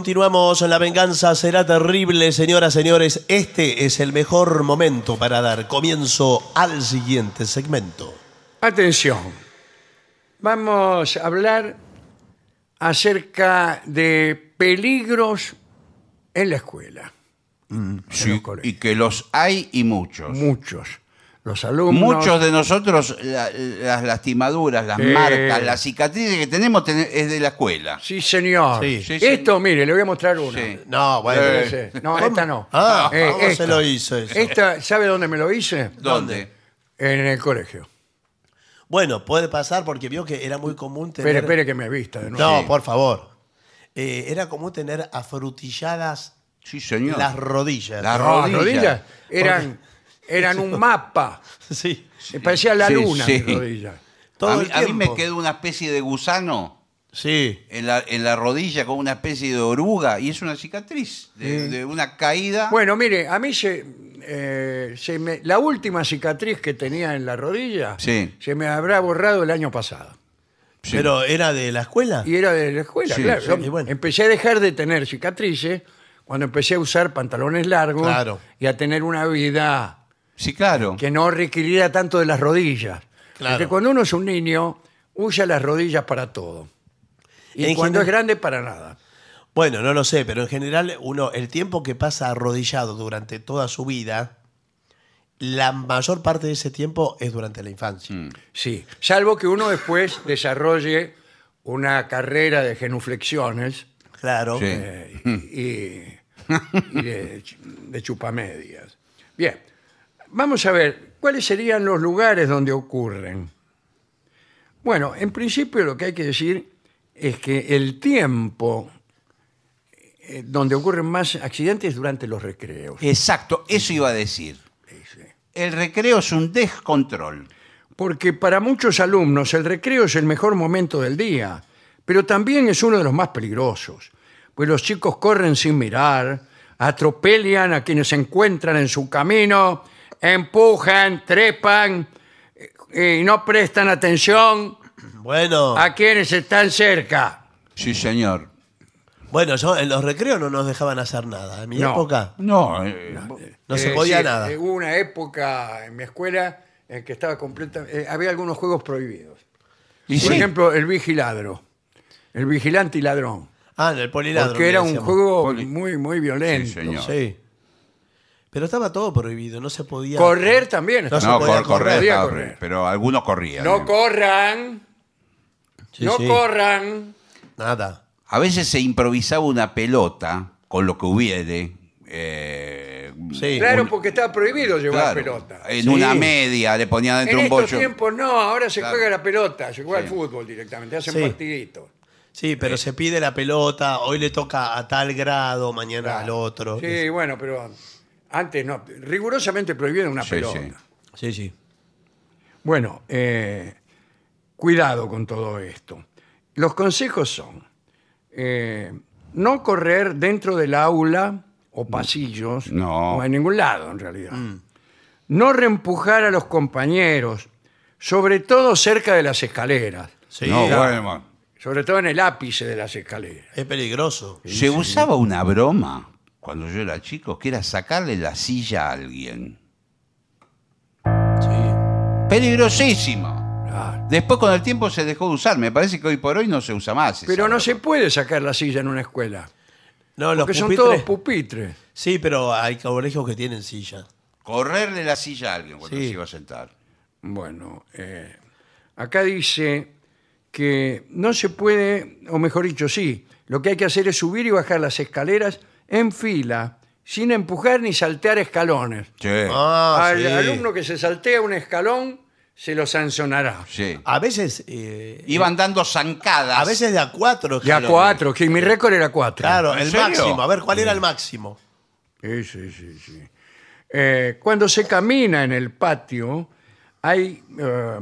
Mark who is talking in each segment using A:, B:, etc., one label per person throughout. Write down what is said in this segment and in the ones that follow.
A: Continuamos en La Venganza Será Terrible, señoras, señores. Este es el mejor momento para dar comienzo al siguiente segmento.
B: Atención. Vamos a hablar acerca de peligros en la escuela.
C: Sí,
B: los colegios.
C: y que los hay y muchos.
B: Muchos. Los alumnos.
C: Muchos de nosotros, la- las lastimaduras, las
B: Sí.
C: marcas, las cicatrices que tenemos ten- es de la escuela.
B: Sí, señor.
A: Sí.
C: Sí,
B: Esto, mire, le voy a mostrar una.
C: Sí.
A: No, bueno.
C: Eh.
B: Ese. No, esta no.
A: Ah,
B: Eh,
A: ¿cómo
B: esta.
A: se lo hizo eso?
B: Esta, ¿sabe dónde me lo hice?
C: ¿Dónde?
B: En el colegio.
A: Bueno, puede pasar porque vio que era muy común tener...
B: Espere, espere que me vista de nuevo.
A: No,
C: Sí.
A: por favor. Eh, era común tener afrutilladas
C: Sí, señor.
A: las rodillas.
C: La ro-
B: No, las
C: rodillas.
B: rodillas Ah, eran, eran un mapa.
A: sí.
B: Me Parecía la
C: Sí,
B: luna
C: sí.
B: mis rodillas.
A: Todo
C: a, mí,
A: el
C: a mí me
A: tiempo.
C: quedó una especie de gusano
A: Sí.
C: en la, en la rodilla con una especie de oruga y es una cicatriz de, de una caída.
B: Bueno, mire, a mí se, eh, se me- la última cicatriz que tenía en la rodilla
C: Sí.
B: se me habrá borrado el año pasado.
C: Sí.
A: Pero era de la escuela.
B: Y era de la escuela,
C: Sí,
B: claro.
C: sí,
B: Yo
A: y bueno.
B: Empecé a dejar de tener cicatrices cuando empecé a usar pantalones largos
A: Claro.
B: y a tener una vida
C: sí, claro.
B: que no requiriera tanto de las rodillas.
A: Claro.
B: Porque cuando uno es un niño, usa las rodillas para todo. Y
A: En
B: cuando
A: general-
B: es grande, para nada.
A: Bueno, no lo sé, pero en general uno, el tiempo que pasa arrodillado durante toda su vida, la mayor parte de ese tiempo es durante la infancia.
C: Mm.
B: Sí, salvo que uno después desarrolle una carrera de genuflexiones
A: Claro.
C: Sí.
B: eh, y, y de, ch- de chupamedias. Bien, vamos a ver, ¿cuáles serían los lugares donde ocurren? Bueno, en principio lo que hay que decir es que el tiempo eh, donde ocurren más accidentes es durante los recreos.
C: Exacto, eso iba a decir.
B: Sí.
C: El recreo es un descontrol.
B: Porque para muchos alumnos el recreo es el mejor momento del día, pero también es uno de los más peligrosos, pues los chicos corren sin mirar, atropellan a quienes se encuentran en su camino, empujan, trepan eh, y no prestan atención
A: Bueno,
B: a quienes están cerca.
C: Sí, señor.
A: bueno, yo en los recreos no nos dejaban hacer nada. En mi
B: No.
A: época
C: No, eh,
A: no se
B: Eh,
A: podía
B: sí,
A: nada.
B: eh, Hubo una época en mi escuela en que estaba completa, eh, había algunos juegos prohibidos.
C: y
B: Por
C: sí,
B: ejemplo, el vigiladro, el vigilante y ladrón.
A: ah, en el poliladro.
B: Porque
A: le
B: era un
A: decíamos.
B: juego
C: Poli-
B: muy, muy
C: sí,
B: violento.
C: señor.
A: Sí. Pero estaba todo prohibido, no se podía.
B: correr también.
A: No
B: está-
A: se
C: No,
A: podía
C: cor-
A: correr,
C: correr,
B: podía
C: estaba-
B: correr.
C: pero algunos corrían.
B: No
C: eh.
B: corran,
A: Sí,
B: no
A: sí.
B: corran.
A: Nada.
C: A veces se improvisaba una pelota con lo que hubiere. eh,
A: Sí.
B: Claro, porque estaba prohibido llevar
C: claro,
B: pelota.
C: En
A: Sí.
C: una media, le ponían
B: En
C: dentro
B: estos
C: un bollo.
B: tiempos no, ahora se
C: Claro.
B: juega la pelota, se juega
C: Sí.
B: el fútbol directamente, hacen
A: Sí.
B: partiditos.
A: Sí,
B: Eh.
A: pero se pide la pelota, hoy le toca a tal grado, mañana al otro.
B: Sí, bueno, pero antes no, rigurosamente prohibieron una
C: Sí,
B: pelota.
C: sí.
A: sí. sí.
B: Bueno, eh, cuidado con todo esto. Los consejos son eh, no correr dentro del aula o pasillos,
C: No.
B: o en ningún lado en realidad. No reempujar a los compañeros, sobre todo cerca de las escaleras,
A: Sí,
C: no,
A: era-
C: bueno,
B: sobre todo en el ápice de las escaleras.
A: es peligroso.
C: Se usaba una broma cuando yo era chico, que era sacarle la silla a alguien. Peligrosísimo.
B: Claro.
C: Después con el tiempo se dejó de usar. Me parece que hoy por hoy no se usa más. esa
B: Pero no
C: broma.
B: se puede sacar la silla en una escuela,
A: No, los
B: porque son
A: pupitres-
B: todos pupitres.
A: Sí, pero hay colegios que tienen silla.
C: Correrle la silla a alguien cuando
A: Sí.
C: se iba a sentar.
B: Bueno, eh, acá dice que no se puede, o mejor dicho, sí, lo que hay que hacer es subir y bajar las escaleras en fila, sin empujar ni saltear escalones.
C: Sí.
A: Ah,
B: Al
A: sí.
B: alumno que se saltea un escalón, se lo sancionará.
C: sí.
A: A veces. eh,
C: Iban dando zancadas.
A: A veces de a cuatro.
B: Y a cuatro, que mi récord era cuatro.
A: Claro,
C: ¿En
A: el
C: serio?
A: máximo. A ver, ¿cuál era el máximo?
B: Sí, sí, sí, sí. Eh, cuando se camina en el patio, hay eh,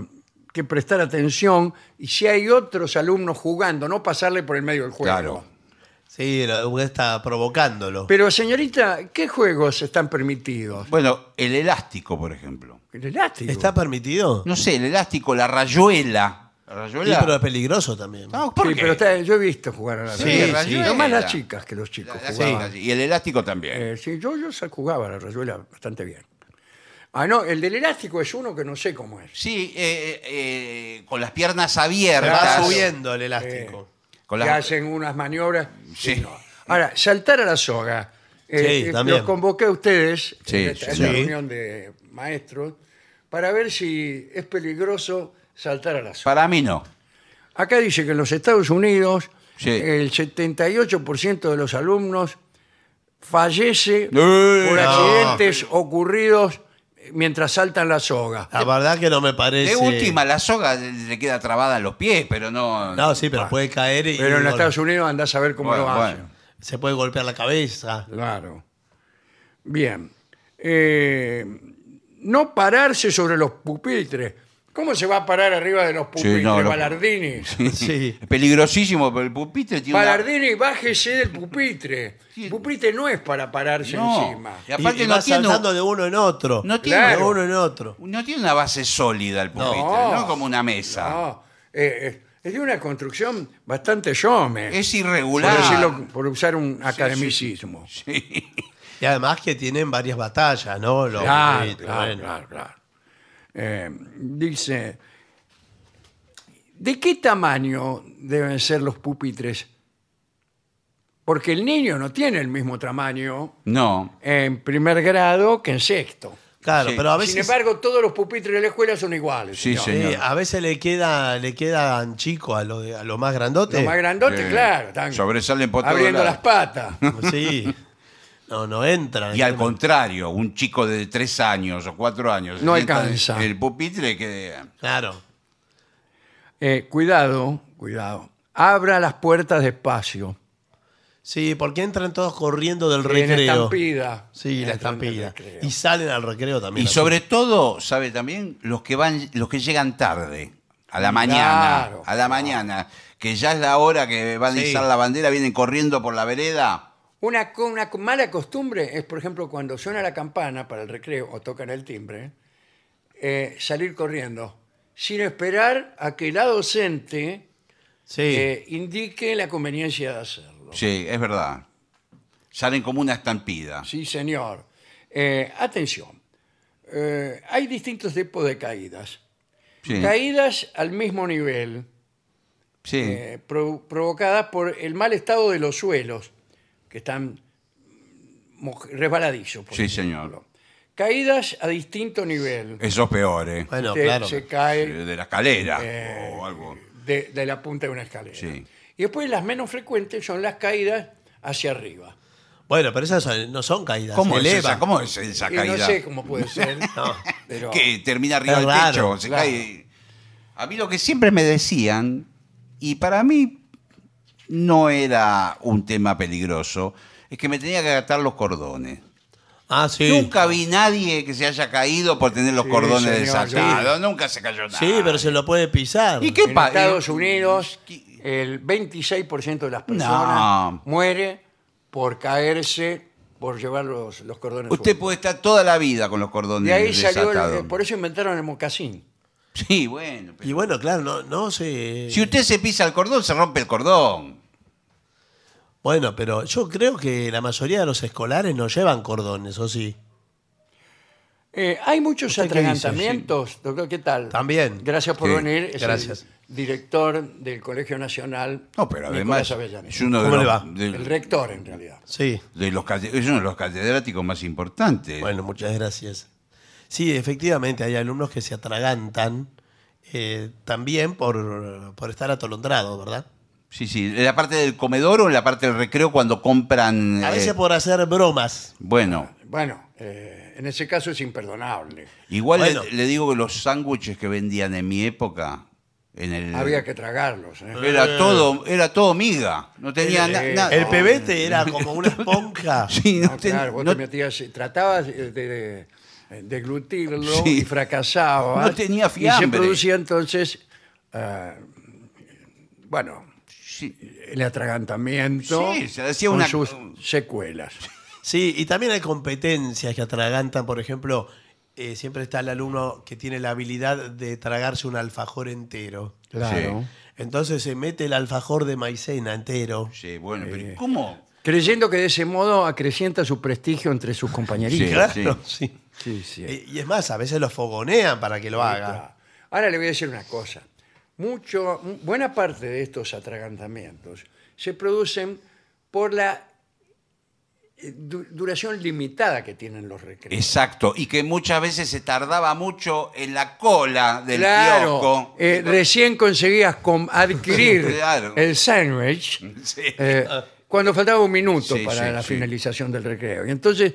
B: que prestar atención y si hay otros alumnos jugando, no pasarle por el medio del juego.
C: Claro.
A: Sí, lo- está provocándolo.
B: Pero señorita, ¿qué juegos están permitidos?
C: Bueno, el elástico, por ejemplo.
B: El elástico.
A: ¿Está permitido?
C: No sé, el elástico, la rayuela.
A: Sí,
C: Rayuela.
A: pero es peligroso también.
C: No, ¿por
B: sí,
C: qué?
B: pero está- yo he visto jugar a la
C: Sí,
B: rayuela.
C: sí.
B: No más
C: Rayuela.
B: las chicas que los chicos
C: La- la
B: jugaban.
C: cinta, sí. Y el elástico también.
B: Eh, sí, yo, yo sa- jugaba a la rayuela bastante bien. Ah, no, el del elástico es uno que no sé cómo es.
C: Sí, eh, eh, con las piernas
A: Va
C: abiertas.
A: subiendo el elástico.
C: Con
B: que
C: las-
B: hacen unas maniobras.
C: Sí.
B: y no. Ahora, saltar a la soga. Eh,
A: Sí,
B: eh,
A: también.
B: Los convoqué a ustedes
C: Sí,
B: en esta,
C: sí,
B: esta
A: sí.
B: reunión de maestros para ver si es peligroso saltar a la soga.
C: Para mí no.
B: Acá dice que en los Estados Unidos
C: Sí.
B: el 78% de los alumnos fallece
C: Eh,
B: por
C: no.
B: accidentes ocurridos mientras saltan la soga.
C: Ah,
A: La verdad que no me parece.
C: De última, la soga le queda trabada en los pies, pero no.
A: No, sí, pero puede caer y.
B: Pero en
A: y gol-
B: los Estados Unidos andás a ver cómo
C: Bueno,
B: lo hacen.
C: bueno.
A: Se puede golpear la cabeza.
B: Claro. Bien. Eh, no pararse sobre los pupitres. ¿Cómo se va a parar arriba de los pupitres,
C: no, no.
B: Balardini?
A: Sí.
C: Es peligrosísimo, pero el pupitre tiene. una-
B: Balardini, bájese del pupitre. El pupitre no es para pararse
C: No.
B: encima.
C: Y aparte
A: y, y
C: no,
A: va
C: tiene,
A: saltando de uno en otro.
C: no tiene-
A: De
B: Claro.
A: uno en otro.
C: no tiene una base sólida el pupitre,
B: No.
C: no, como una mesa.
B: No, eh, eh, es de una construcción bastante yome.
C: Es
B: por,
C: irregular.
B: decirlo- por usar un academicismo.
A: Y además que tienen varias batallas, ¿no? Los
B: Claro,
A: gritos,
B: claro,
A: bueno.
B: claro, claro. Eh, dice, ¿de qué tamaño deben ser los pupitres? Porque el niño no tiene el mismo tamaño
C: No.
B: en primer grado que en sexto.
A: Claro,
C: Sí.
A: pero a
B: Sin
A: veces.
B: embargo, todos los pupitres de la escuela son iguales.
C: Pues Sí,
B: señor.
A: Sí,
C: señor.
A: a veces le queda, le quedan chico a lo, de- a lo más grandote.
B: Los más grandotes,
C: Eh,
B: claro, están
C: sobresalen por todos
B: abriendo
C: lados.
B: las patas.
A: Sí. No, no entran.
C: Y al contrario, un chico de tres años o cuatro años.
B: No
C: sienta
B: alcanza.
C: El pupitre que.
A: Claro.
B: Eh, cuidado, cuidado. Abra las puertas despacio.
A: Sí, porque entran todos corriendo del
B: En
A: recreo.
B: estampida.
A: Sí, la
B: Entran en el
A: estampida.
B: recreo.
A: Y salen al recreo también.
C: Y sobre todo, sabe también, los que van, los que llegan tarde, a la mañana,
B: Claro,
C: a la
B: claro.
C: mañana, que ya es la hora que van a
A: Sí.
C: izar la bandera, vienen corriendo por la vereda.
B: Una, co- una co- mala costumbre es, por ejemplo, cuando suena la campana para el recreo o tocan el timbre, eh, salir corriendo sin esperar a que la docente
A: Sí.
B: eh, indique la conveniencia de hacerlo.
C: Sí, es verdad. Salen como una estampida.
B: Sí, señor. Eh, atención. Eh, hay distintos tipos de caídas.
C: Sí,
B: Caídas al mismo nivel,
C: sí.
B: eh, pro- provocadas por el mal estado de los suelos, que están moj- resbaladizos. por
C: Sí,
B: ejemplo.
C: señor.
B: Caídas a distinto nivel.
C: Eso es peor, ¿eh?
A: bueno,
B: Usted
A: claro.
B: se
C: Sí,
B: cae
C: De la escalera
B: eh,
C: o algo.
B: de, de la punta de una escalera.
C: Sí.
B: Y después las menos frecuentes son las caídas hacia arriba.
A: Bueno, pero esas son- no son caídas.
C: ¿Cómo
A: se
C: es,
A: elevan.
C: esa, ¿Cómo es esa
B: Y
C: caída?
B: no sé cómo puede ser. pero-
C: que termina arriba
A: Es
C: del
A: raro,
C: techo. se
B: claro.
C: cae. A mí lo que siempre me decían, y para mí no era un tema peligroso, es que me tenía que atar los cordones.
A: Ah, sí.
C: Nunca vi nadie que se haya caído por tener los
B: Sí,
C: cordones
B: señor,
C: desatados. Nunca se cayó nada.
A: Sí, pero se lo puede pisar.
C: ¿Y qué eh,
B: en
C: pasa?
B: Estados Unidos, el 26% de las personas
C: No.
B: muere por caerse, por llevar los, los cordones.
C: Usted
B: sueltos.
C: puede estar toda la vida con los cordones
B: De ahí salió, el- eh,
C: desatados.
B: por eso inventaron el mocasín.
C: Sí, bueno. pero-
A: Y bueno, claro, no, no sé.
C: Si usted se pisa el cordón, se rompe el cordón.
A: Bueno, pero yo creo que la mayoría de los escolares no llevan cordones, ¿o sí?
B: Eh, hay muchos
A: ¿Usted qué dice?
B: atragantamientos, doctor, ¿qué tal?
A: También.
B: Gracias por
C: Sí,
B: venir. Es
A: gracias.
B: el director del Colegio Nacional.
C: No, pero además
B: Nicolás Avellaneda.
C: es uno de
A: ¿Cómo
C: los,
A: le va?
C: de-
B: El rector, en realidad.
A: Sí.
C: de los cate- es uno de los catedráticos más importantes.
A: Bueno, muchas gracias. Sí, efectivamente, hay alumnos que se atragantan eh, también por, por estar atolondrados, ¿verdad?
C: Sí, sí, en la parte del comedor o en la parte del recreo cuando compran...
A: A
C: eh,
A: veces por hacer bromas.
C: Bueno,
B: Bueno, eh, en ese caso es imperdonable.
C: igual
A: Bueno.
C: Le, le digo que los sándwiches que vendían en mi época, en el...
B: Había que tragarlos. ¿eh?
C: Era todo, era todo miga, no tenía
B: El-
C: na-
B: eh,
C: na-
A: El pebete era como una esponja.
C: Sí, no
B: No,
C: ten-
B: Ah, claro, vos
C: no-
B: te metías, tratabas eh, de, de- de glutirlo
C: Sí.
B: y fracasabas.
C: No tenía
B: Y se
C: fiambre.
B: producía entonces, ah, bueno,
C: sí.
B: el atragantamiento
C: Sí, se hacía
B: con
C: una-
B: sus secuelas.
A: Sí, y también hay competencias que atragantan, por ejemplo, eh, siempre está el alumno que tiene la habilidad de tragarse un alfajor entero.
B: Claro.
A: Entonces se mete el alfajor de maicena entero.
C: Sí, bueno, pero ¿cómo?
B: Creyendo que de ese modo acrecienta su prestigio entre sus compañeritos.
C: Sí,
A: claro, sí.
B: Sí, sí.
A: Y, y es más, a veces lo fogonean para que lo haga.
B: Ahora le voy a decir una cosa. Mucho, mu- buena parte de estos atragantamientos se producen por la eh, du- duración limitada que tienen los recreos.
C: Exacto, y que muchas veces se tardaba mucho en la cola del
B: Claro,
C: kiosco.
B: eh, recién conseguías com- adquirir
C: Claro. Mm.
B: el sándwich
C: Sí.
B: eh, cuando faltaba un minuto
C: Sí,
B: para
C: sí,
B: la
C: sí.
B: finalización del recreo. Y entonces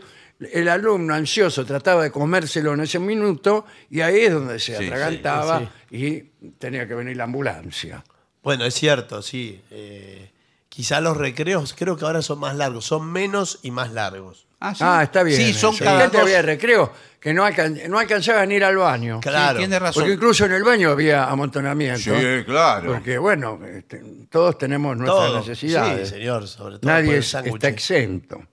B: el alumno ansioso trataba de comérselo en ese minuto y ahí es donde se
C: Sí,
B: atragantaba y tenía que venir la ambulancia.
A: Bueno, es cierto, sí. Eh, quizá los recreos creo que ahora son más largos, son menos y más largos.
C: Ah, sí.
B: Ah, está bien.
C: Sí, son
B: eso.
C: cada
B: Antes
C: dos-
B: había recreos que no, alcan- no alcanzaban a ir al baño.
A: Claro.
C: tiene razón.
B: Porque incluso en el baño había amontonamiento.
C: Sí, claro.
B: Porque, bueno, este, todos tenemos nuestras
A: Todo.
B: necesidades.
A: Sí, señor, sobre todo. por
B: Nadie
A: el
B: es-
A: sándwich.
B: está exento.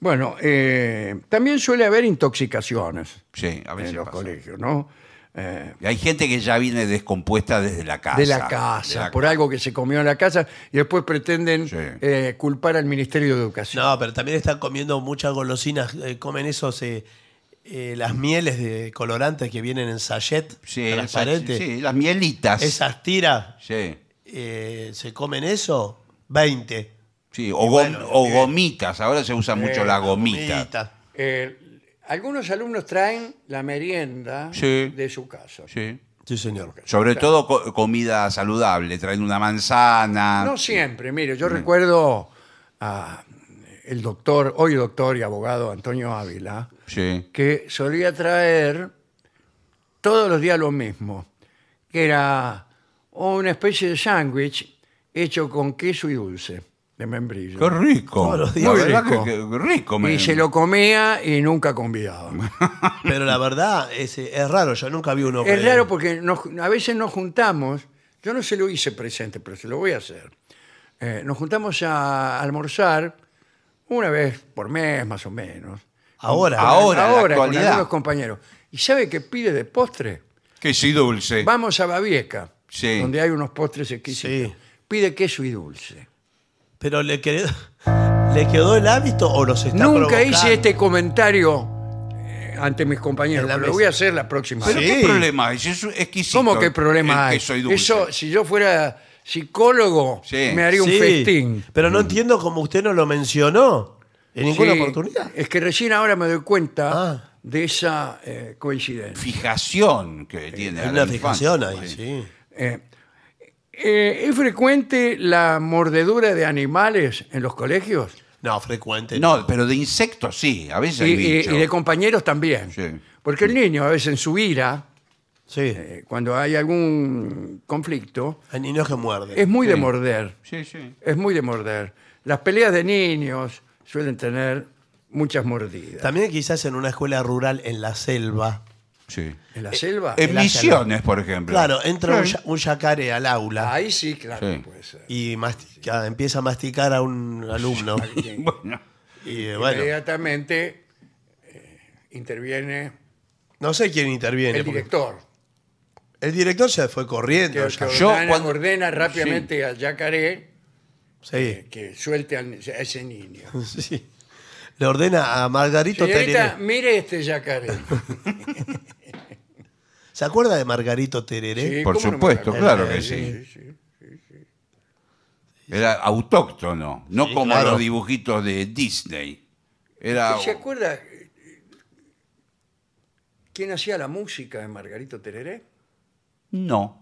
B: Bueno, eh, también suele haber intoxicaciones
C: Sí, a veces
B: en los
C: pasa.
B: colegios, ¿no? Eh,
C: Y Hay gente que ya viene descompuesta desde la casa.
B: de la casa,
C: De la
B: por
C: ca-
B: algo que se comió en la casa, y después pretenden
C: Sí.
B: eh, culpar al Ministerio de Educación.
A: No, pero también están comiendo muchas golosinas. eh, comen esos, eh, eh, las mieles de colorantes que vienen en sachet
C: Sí, el
A: transparente.
C: sa- sí, las mielitas.
A: Esas tiras,
C: Sí.
A: eh, ¿se comen eso? 20.
C: Sí, o, gom-
A: bueno,
C: o
A: eh,
C: gomitas, ahora se usa mucho la gomita.
A: Gomita.
B: Eh, algunos alumnos traen la merienda
C: Sí.
B: de su casa.
C: Sí.
A: Sí, señor.
C: Sobre todo co- comida saludable, traen una manzana.
B: No siempre, mire,
C: Mm.
B: yo recuerdo a eh, el doctor, hoy doctor y abogado Antonio Ávila,
C: Sí.
B: que solía traer todos los días lo mismo, que era una especie de sándwich hecho con queso y dulce de membrillo.
C: Qué rico.
A: Todos los
C: La
A: días.
C: verdad
B: Muy rico.
C: que, que rico. me-
B: y se lo comía y nunca convidaba.
A: Pero la verdad es, es raro, yo nunca vi uno.
B: Es
A: que-
B: raro porque nos- a veces nos juntamos, yo no se lo hice presente, pero se lo voy a hacer. Eh, nos juntamos a almorzar una vez por mes, más o menos.
A: Ahora.
C: Ahora, en la
B: ahora con
C: actualidad.
B: algunos compañeros. ¿Y sabe qué pide de postre?
C: Que sí, dulce.
B: Vamos a Babieca,
C: Sí.
B: donde hay unos postres exquisitos.
A: Sí.
B: Pide queso y dulce.
A: Pero le quedó, le quedó el hábito o los está
B: Nunca hice
A: provocando?
B: este comentario eh, ante mis compañeros,
A: En la
B: pero lo
A: mesa.
B: voy a hacer la próxima
C: Pero
B: vez.
C: qué
A: Sí.
C: problema hay, si es exquisito.
B: ¿Cómo que problema
C: el
B: hay?
C: queso y dulce.
B: Eso, si yo fuera psicólogo,
C: Sí.
B: me haría un
A: Sí,
B: festín.
A: Pero no entiendo cómo usted no lo mencionó en ninguna
B: Sí,
A: oportunidad.
B: Es que recién ahora me doy cuenta
A: Ah.
B: de esa eh, coincidencia.
C: Fijación que tiene.
A: Eh, Hay
C: a la
A: una
C: infancia. pues.
A: fijación ahí, sí.
B: Eh, eh, ¿Es frecuente la mordedura de animales en los colegios?
A: No, frecuente.
C: No, pero de insectos sí, a veces
B: Y, eh,
C: hay
B: y-
C: bichos.
B: y de compañeros también.
C: Sí.
B: Porque el niño a veces en su ira,
A: Sí.
B: eh, cuando hay algún conflicto,
A: Hay niños que muerden.
B: es muy de
C: Sí.
B: morder.
C: Sí, sí.
B: Es muy de morder. Las peleas de niños suelen tener muchas mordidas.
A: También quizás en una escuela rural en la selva.
C: sí.
B: ¿En la selva?
C: En
A: la
C: misiones, por ejemplo.
A: Ah, Claro, entra un,
C: Sí.
A: ya- un yacaré al aula
B: Ahí sí, claro, pues, eh,
C: Sí.
B: puede ser.
A: y mastica- empieza a masticar a un alumno.
C: Bueno,
A: Y eh, bueno,
B: Inmediatamente eh, interviene
A: no sé quién interviene.
B: el
A: porque-
B: director.
A: el director se fue
B: Que,
A: corriendo.
B: que
A: ya.
C: Yo
B: ordena,
C: cuando-
B: ordena rápidamente al yacaré
A: Sí,
B: que suelte al- a ese niño.
A: sí. Le ordena a Margarito
B: Señorita,
A: Tereré.
B: mire este yacaré.
A: ¿Se acuerda de Margarito Tereré?
B: Sí,
C: Por
B: ¿cómo no me
C: supuesto,
B: acuerdo?
C: claro que
B: Sí, sí.
C: era autóctono, no
A: Sí,
C: como
A: claro.
C: los dibujitos de Disney. Era
B: ¿Se acuerda eh, quién hacía la música de Margarito Tereré?
C: no.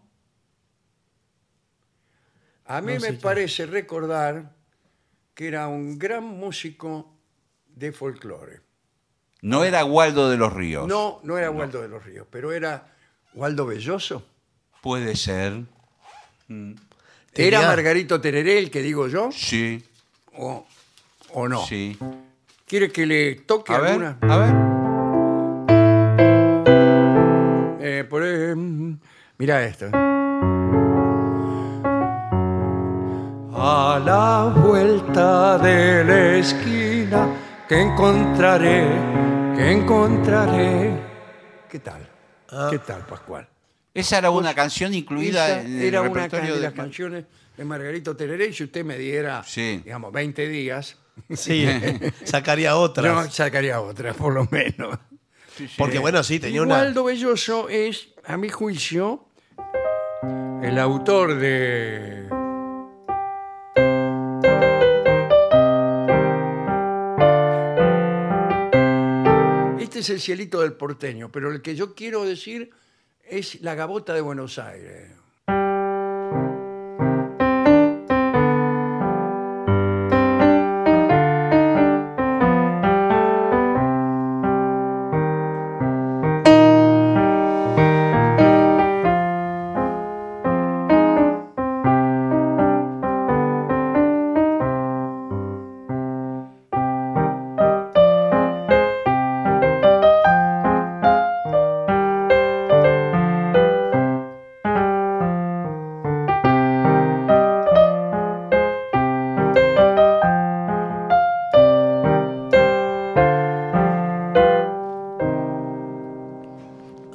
B: A mí
A: No sé
B: me
A: quién.
B: parece recordar que era un gran músico de folclore.
C: No era Waldo de los Ríos.
B: No, no era Waldo de los Ríos, pero era Waldo Belloso.
C: Puede ser.
A: Tenía-
B: ¿Era Margarito Tereré el que digo yo
C: Sí.
B: o, o no?
C: Sí.
B: ¿Quiere que le toque
C: A ver,
B: alguna?
C: a ver.
B: Eh, por, eh, mira esto. A la vuelta de la esquina que encontraré,
C: Ah.
B: que encontraré. ¿Qué tal? ¿Qué tal, Pascual?
C: Esa era una canción incluida
B: Pues Esa
C: en el
B: era una can-
C: repertorio
B: de
C: de
B: las canciones de Margarito Tereré y si usted me diera,
C: Sí.
B: digamos, 20 días,
A: Sí, sacaría
B: yo
A: otra.
B: sacaría otra, por lo menos.
A: Porque bueno, Ah, sí, tenía una...
B: Waldo Belloso es, a mi juicio, el autor de... Este es el cielito del porteño, pero el que yo quiero decir es la gabota de Buenos Aires.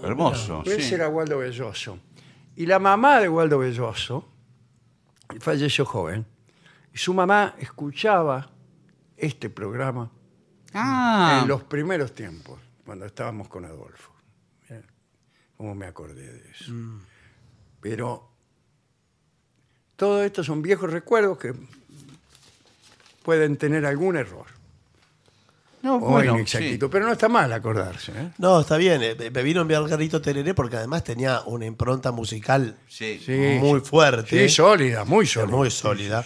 C: Hermoso.
B: Ese
C: Oh, sí.
B: era Waldo Belloso. Y la mamá de Waldo Belloso falleció joven. Y su mamá escuchaba este programa
C: Ah,
B: en los primeros tiempos, cuando estábamos con Adolfo. Mirá ¿Cómo me acordé de eso? Pero todo esto son viejos recuerdos que pueden tener algún error
C: no,
B: o
C: Oh, bueno,
B: inexactitud, pero no está mal acordarse. ¿eh?
A: No, está bien, eh, me vino Margarito Tereré porque además tenía una impronta musical
C: sí. Sí.
B: Sí,
A: muy fuerte. ¿eh?
B: Sí, sólida, muy sólida.
A: muy sólida.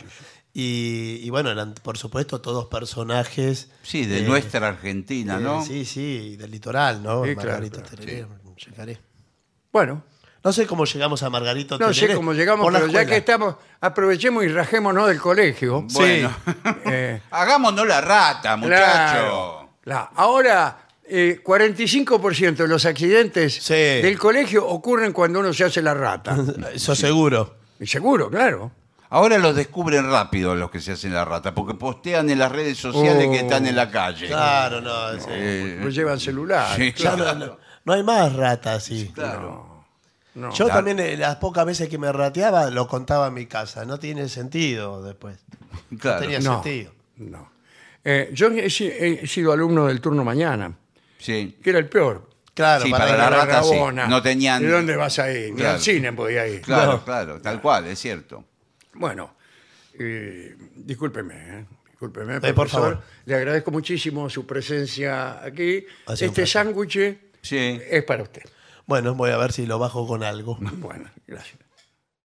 A: Y, y bueno, eran por supuesto todos personajes.
C: Sí, de
A: eh,
C: nuestra Argentina,
A: eh,
C: ¿no?
A: Sí, sí, del litoral, ¿no?
B: Sí, claro,
A: Margarito
B: claro,
A: Tereré, Yacaré.
B: Bueno,
A: No sé cómo llegamos a Margarito
B: No
A: Tereré.
B: sé cómo llegamos,
A: por la
B: pero ya
A: escuela.
B: que estamos, aprovechemos y rajémonos del colegio.
C: Bueno.
B: Eh,
C: Hagámonos la rata, muchacho.
B: claro, claro. Ahora, eh, 45% de los accidentes
A: Sí.
B: del colegio ocurren cuando uno se hace la rata.
A: Eso seguro.
B: Y Seguro, claro.
C: Ahora los descubren rápido los que se hacen la rata, porque postean en las redes sociales
B: Oh.
C: que están en la calle.
A: Claro, no. sí.
C: Eh,
B: No llevan celular.
C: Sí,
A: Ya no,
C: claro.
A: no- no hay más ratas así.
C: claro.
B: No.
A: Yo también eh, las pocas veces que me rateaba lo contaba en mi casa. No tiene sentido después.
C: claro.
A: No tenía
B: No.
A: sentido.
B: No. Eh, yo he, si- he sido alumno del turno mañana,
C: Sí.
B: que era el peor.
A: Claro,
C: Sí,
A: para,
C: para
A: la
C: la rata, sí.
B: Rabona.
C: No tenían-
B: ¿De dónde vas a ir? Ni
C: Claro.
B: al cine podía ir.
C: Claro,
A: No.
C: claro, tal cual, es cierto.
B: Bueno, eh, discúlpeme, ¿eh? discúlpeme,
A: por
B: profesor.
A: favor.
B: Le agradezco muchísimo su presencia aquí.
A: Ha sido un
B: Este
A: placer.
B: sándwich
C: Sí.
B: es para usted.
A: Bueno, voy a ver si lo bajo con algo.
B: Bueno, gracias.